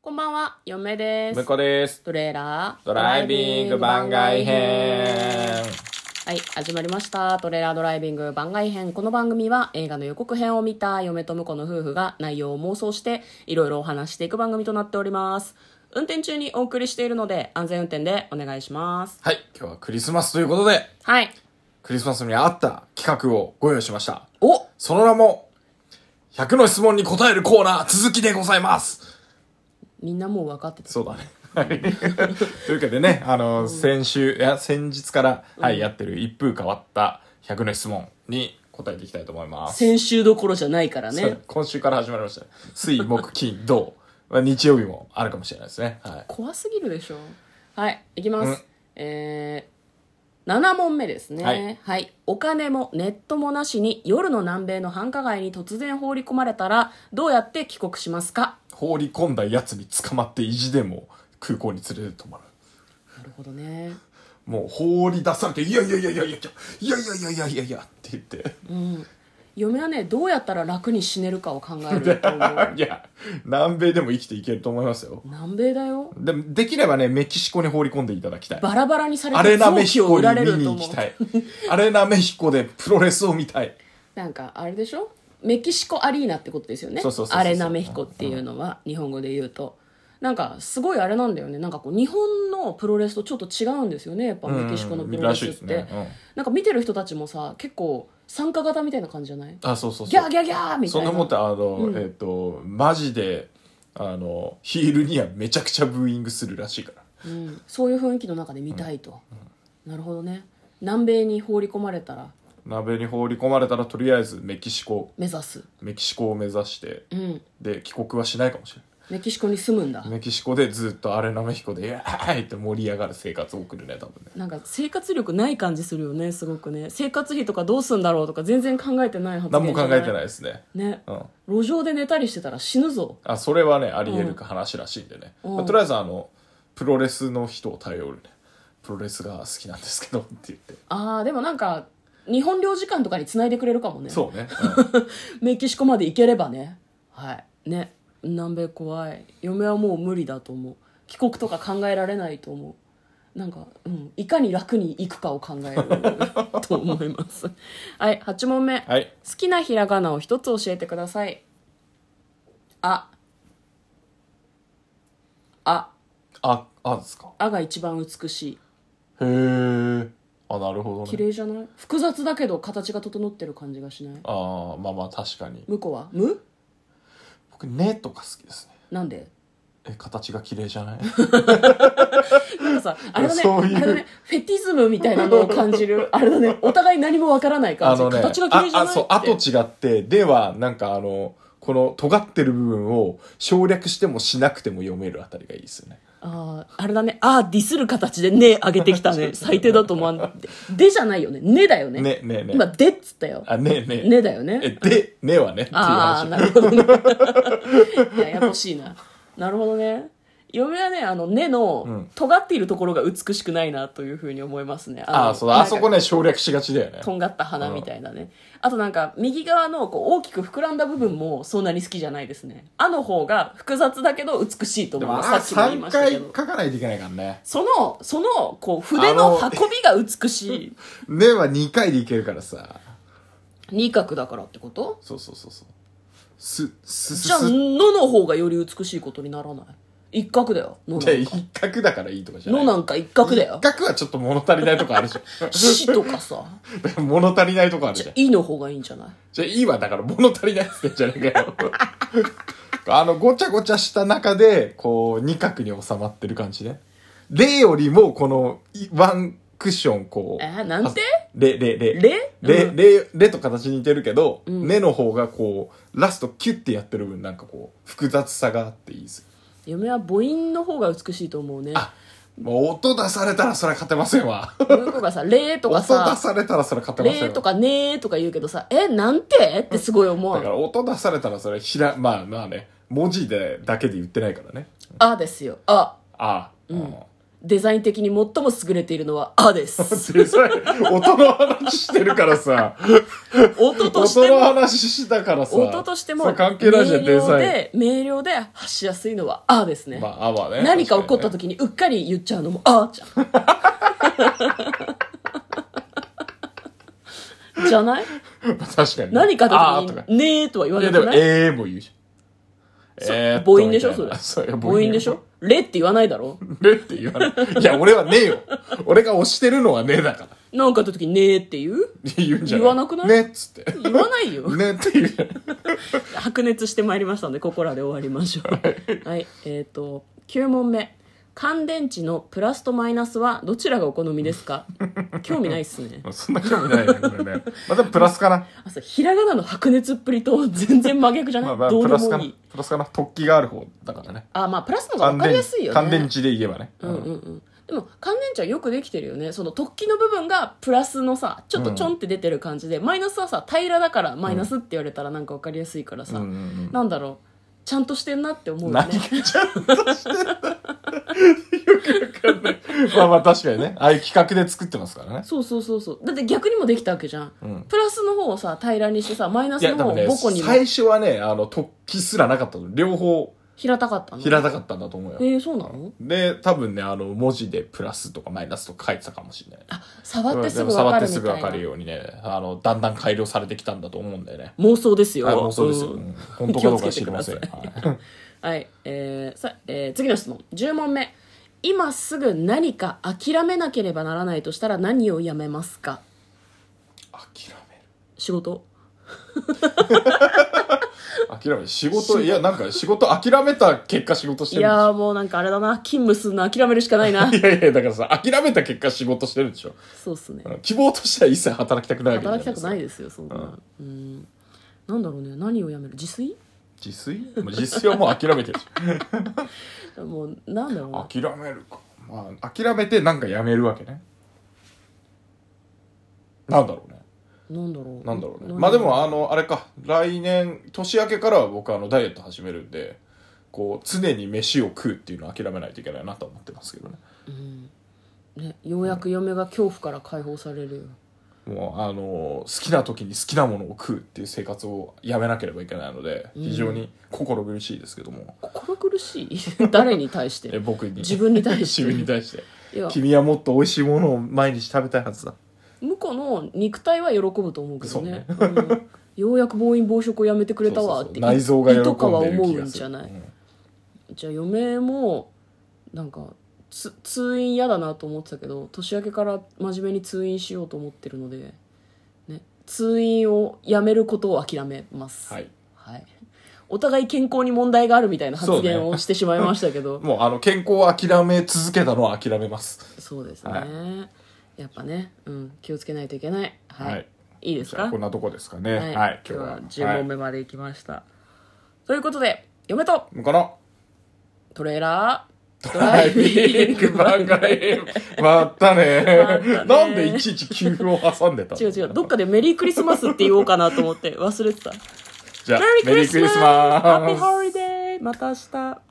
こんばんは、嫁です。向こうです。トレーラードライビング番外編。はい、始まりました。トレーラードライビング番外編。この番組は映画の予告編を見た嫁と婿の夫婦が内容を妄想していろいろお話していく番組となっております。運転中にお送りしているので安全運転でお願いします。はい、今日はクリスマスということで、はい。クリスマスに合った企画をご用意しました。おその名も、100の質問に答えるコーナー続きでございます。みんなもう分かってた。そうだね。はい。というわけでね、あの、先週、いや、先日から、はい、やってる一風変わった100の質問に答えていきたいと思います。先週どころじゃないからそうね。今週から始まりましたね。水、木、金、土。まあ日曜日もあるかもしれないですね。はい。怖すぎるでしょはいいきます、うんえー、7問目ですねはい、お金もネットもなしに夜の南米の繁華街に突然放り込まれたらどうやって帰国しますか放り込んだやつに捕まって意地でも空港に連れて止まるなるほどねもう放り出されて「いやいやいやいやいやいやいやいやいやいやいや」って言って嫁はねどうやったら楽に死ねるかを考えると思ういや南米でも生きていけると思いますよ南米だよでもできればねメキシコに放り込んでいただきたいバラバラにされアレてナ臓メヒ器をコ売にられ見るにと行思うきたいアレナメヒコでプロレスを見たいなんかあれでしょメキシコアリーナってことですよねそうそうそうそうアレナメヒコっていうのは日本語で言うと、なんかすごいあれなんだよねなんかこう日本のプロレスとちょっと違うんですよねやっぱメキシコのプロレスっうんて、らしいですねなんか見てる人たちもさ結構参加型みたいな感じじゃないあそうそうそうギャーギャーギャーみたそいんななもんってあの、えっ、とマジであのヒールにはめちゃくちゃブーイングするらしいからうん、そういう雰囲気の中で見たいと、なるほどね南米に放り込まれたら鍋に放り込まれたらとりあえずメキシコ目指す、メキシコを目指してうん、で帰国はしないかもしれメキシコに住むんだ、ないメキシコでずっとアレナメヒコで「イエーイ!」って盛り上がる生活を送るね多分ねなんか生活力ない感じするよねすごくね生活費とかどうすんだろうとか全然考えてない発言何も考えてないいですねね、うん路上で寝たりしてたら死ぬぞあそれはねありえるか話らしいんでね、うんまあとりあえずあのプロレスの人を頼るねプロレスが好きなんですけどって言ってあーでもなんか日本領事館とかにつないでくれるかもねそうね、 メキシコまで行ければねはいね南米怖い嫁はもう無理だと思う帰国とか考えられないと思うなんか、うん、いかに楽に行くかを考えると思いますはい8問目、うんはい好きなひらがなを一つ教えてくださいああああですかあが一番美しいへえあなるほど綺ね麗じゃない複雑だけど形が整ってる感じがしないああまあまあ確かに向こうは無僕「ね」とか好きですねなんでえ形が綺麗じゃないなんかさあれだねそういうあれだねフェティズムみたいなのを感じ るあれだねお互い何もわからない感あじ、のね、形が綺麗じゃあなあいそう、あと違って、では、なんかあの、この尖ってる部分を省略してもしなくても読めるあたりがいいですよね。あーあれだねあーディスる形で「ね」上げてき たね最低だと思わんででじゃないよね「ね」だよねね、ね、今「ね。で」っつったよあ、「ね、ね。ね」だよねえ、で、ねはねっていうああ話。なるほどねややこし いななるほどね嫁はねあの根うのん尖っているところが美しくないなというふうに思いますねのああ、そうだ。なんあかそこね、省略しがちだよね。とんがった花みたいなねあとなんか右側のこう大きく膨らんだ部分もそんなに好きじゃないですね「あ」の方が複雑だけど美しいとで思も、うあさあ、っきも言い3ました回け書どかないといけないからね。そのそのこう筆の運びが美し いねは2回でいけるからさ。二角だからってことそうそうそうそう。す、す、す、じゃあ「す。の」の方がより美しいことにならない一角だよ「の」なんじゃあか一角だからいいとかじゃなのいなんか一角だよ一角はちょっと物足りないとこあるじ死とか さゃん。物足りないとこあるじじゃゃんあ。いの方がいいんじゃないじゃあ、いいわ、だから物足りないっすね、じゃねえかよ。 あの、ごちゃごちゃした中で、こう、二角に収まってる感じね。例よりも、この、いワンクッション、こう。えーなんてあれ、れ、れ。れれ、うんれ、れと形似てるけど、うんねの方が、こう、ラストキュッてやってる分、なんかこう、複雑さがあっていいですよ。嫁は母音の方が美しいと思うねあもう音出されたらそれは勝てませんわ。向こうがさ「れ」と音か出さされたらそれは勝「てませんれ」わ。とか「ね」とか言うけどさ「えなんて?」ってすごい思だかうら音出されたらそれひら、まあまあね、文字で、だけで言ってないからね。 「あ」ですよ「あああ、うんうん」デザイン的に最も優れているのは「あ」です ってそれ音の話してるからさ音として音のも話したからさ音としてそもれ関係ないじゃんデザイで明瞭で発しやすいのは「あ」ですねンまああはね何か起こった確時にうっかり言っちゃうのも「あ」じゃ んじゃないかにねまあ確かにね何かあのーと時に「ねえ」とは言わいやなでくもないええも言うじゃんそうえーっ母と音でしょみたい なそれう母音でしょ「れ」って言わないだろねって言わない。いや、俺はねえよ。俺が押してるのはねえだから。何かあった時に「ねえ」って言うって言うんじゃない言わなくないねっつって。言わない よねって言うじゃん。白熱してまいりましたのでここらで終わりましょうはいえっ、と9問目乾電池のプラスとマイナスはどちらがお好みですか興味ないっすねまあそんな興味ないね、これね。またプラスか な。あそうひらがなの白熱っぷりと全然真逆じゃない、まあまあ、どうプでラスかもいな。いプラスかな。突起がある方だからね。あまあプラスの方が分かりやすいよね乾電池で言えばね。うんうんうんでも乾電池はよくできてるよねその突起の部分がプラスのさちょっとちょんって出てる感じで、マイナスはさ平らだからマイナスって言われたらなんか分かりやすいからさ、うんうんなんだろうちゃんとしてんなって思ううん。よね何がちゃんとしてんだよくわかん ない。まあまあ確かにね。ああいう企画で作ってますからね。そうそうそうそうだって逆にもできたわけじゃん、うんプラスの方をさ平らにしてさマイナいスや、での方もをねボコに、も最初はね、あの、突起すらなかったの。両方平たかったの平たかったんだと思うよ。えー、そうなので、多分ね、あの、文字でプラスとかマイナスとか書いてたかもしれない。あ触ってすぐ分触かってるすみぐわかたるいなようにね、あの、だんだん改良されてきたんだと思うんだよね。妄想ですよはい、もうそうですよ。うんん本当かどうか知りません。気をつはい はい、えーさえー次の質問10問目今すぐ何か諦めなければならないとしたら何をやめますか諦仕事める。諦める。仕事、いや、なんか仕事諦めた結果仕事しているんでやーもうなんかあれだな勤務するの諦めるしかないな しょ。いやいや、だからさ、諦めた結果仕事してるでしょ。そうっすねうん希望としては一切働きたくないわけじゃな働いきたでくすかないですよそんなうんなんだろうね何をやめる自炊自炊もう自炊はもう諦め てるし。もうなんだろうな諦めるか。まあ、諦めてなんかやめるわけね。なんだろうね。なんだろうなんだろうね。まあでも、あの、あれか、来年、年明けからは僕、あの、ダイエット始めるんで、こう、常に飯を食うっていうのを諦めないといけないなと思ってますけどね。うんね、ようやく嫁が恐怖から解放されるよもう、あの、好きな時に好きなものを食うっていう生活をやめなければいけないので、うん非常に心苦しいですけども、心苦しい誰に対しえて僕に。自分に対して 自分に対して。いや君はもっと美味しいものを毎日食べたいはずだ。向こうの肉体は喜ぶと思うけそどうねねうんようやく暴飲暴食をやめてくれたそわうっそうてそう内臓が喜ん胃でとかはる思気うがんすじる。ゃないうんじゃあ嫁もなんかつ通院嫌だなと思ってたけど年明けから真面目に通院しようと思ってるので、ね、通院をやめることを諦めますはい。はい、お互い健康に問題があるみたいな発そう言ねをしてしまいましたけどもう、あの、健康を諦め続けたのは諦めます。そうですね、はやっぱね、うん、気をつけないといけないはい、はいい、いですじゃあ、かこんなとこですかね。はい。今日は今日10問目まで行きました、ということで嫁とはい、この、トレーラードドライビング番外編。 まったねたねなんでいちいち給付を挟んでたの違う違うどっかでメリークリスマスって言おうかな と思って忘れてたじゃあ、メリークリスマスハッピースホリデーまた明日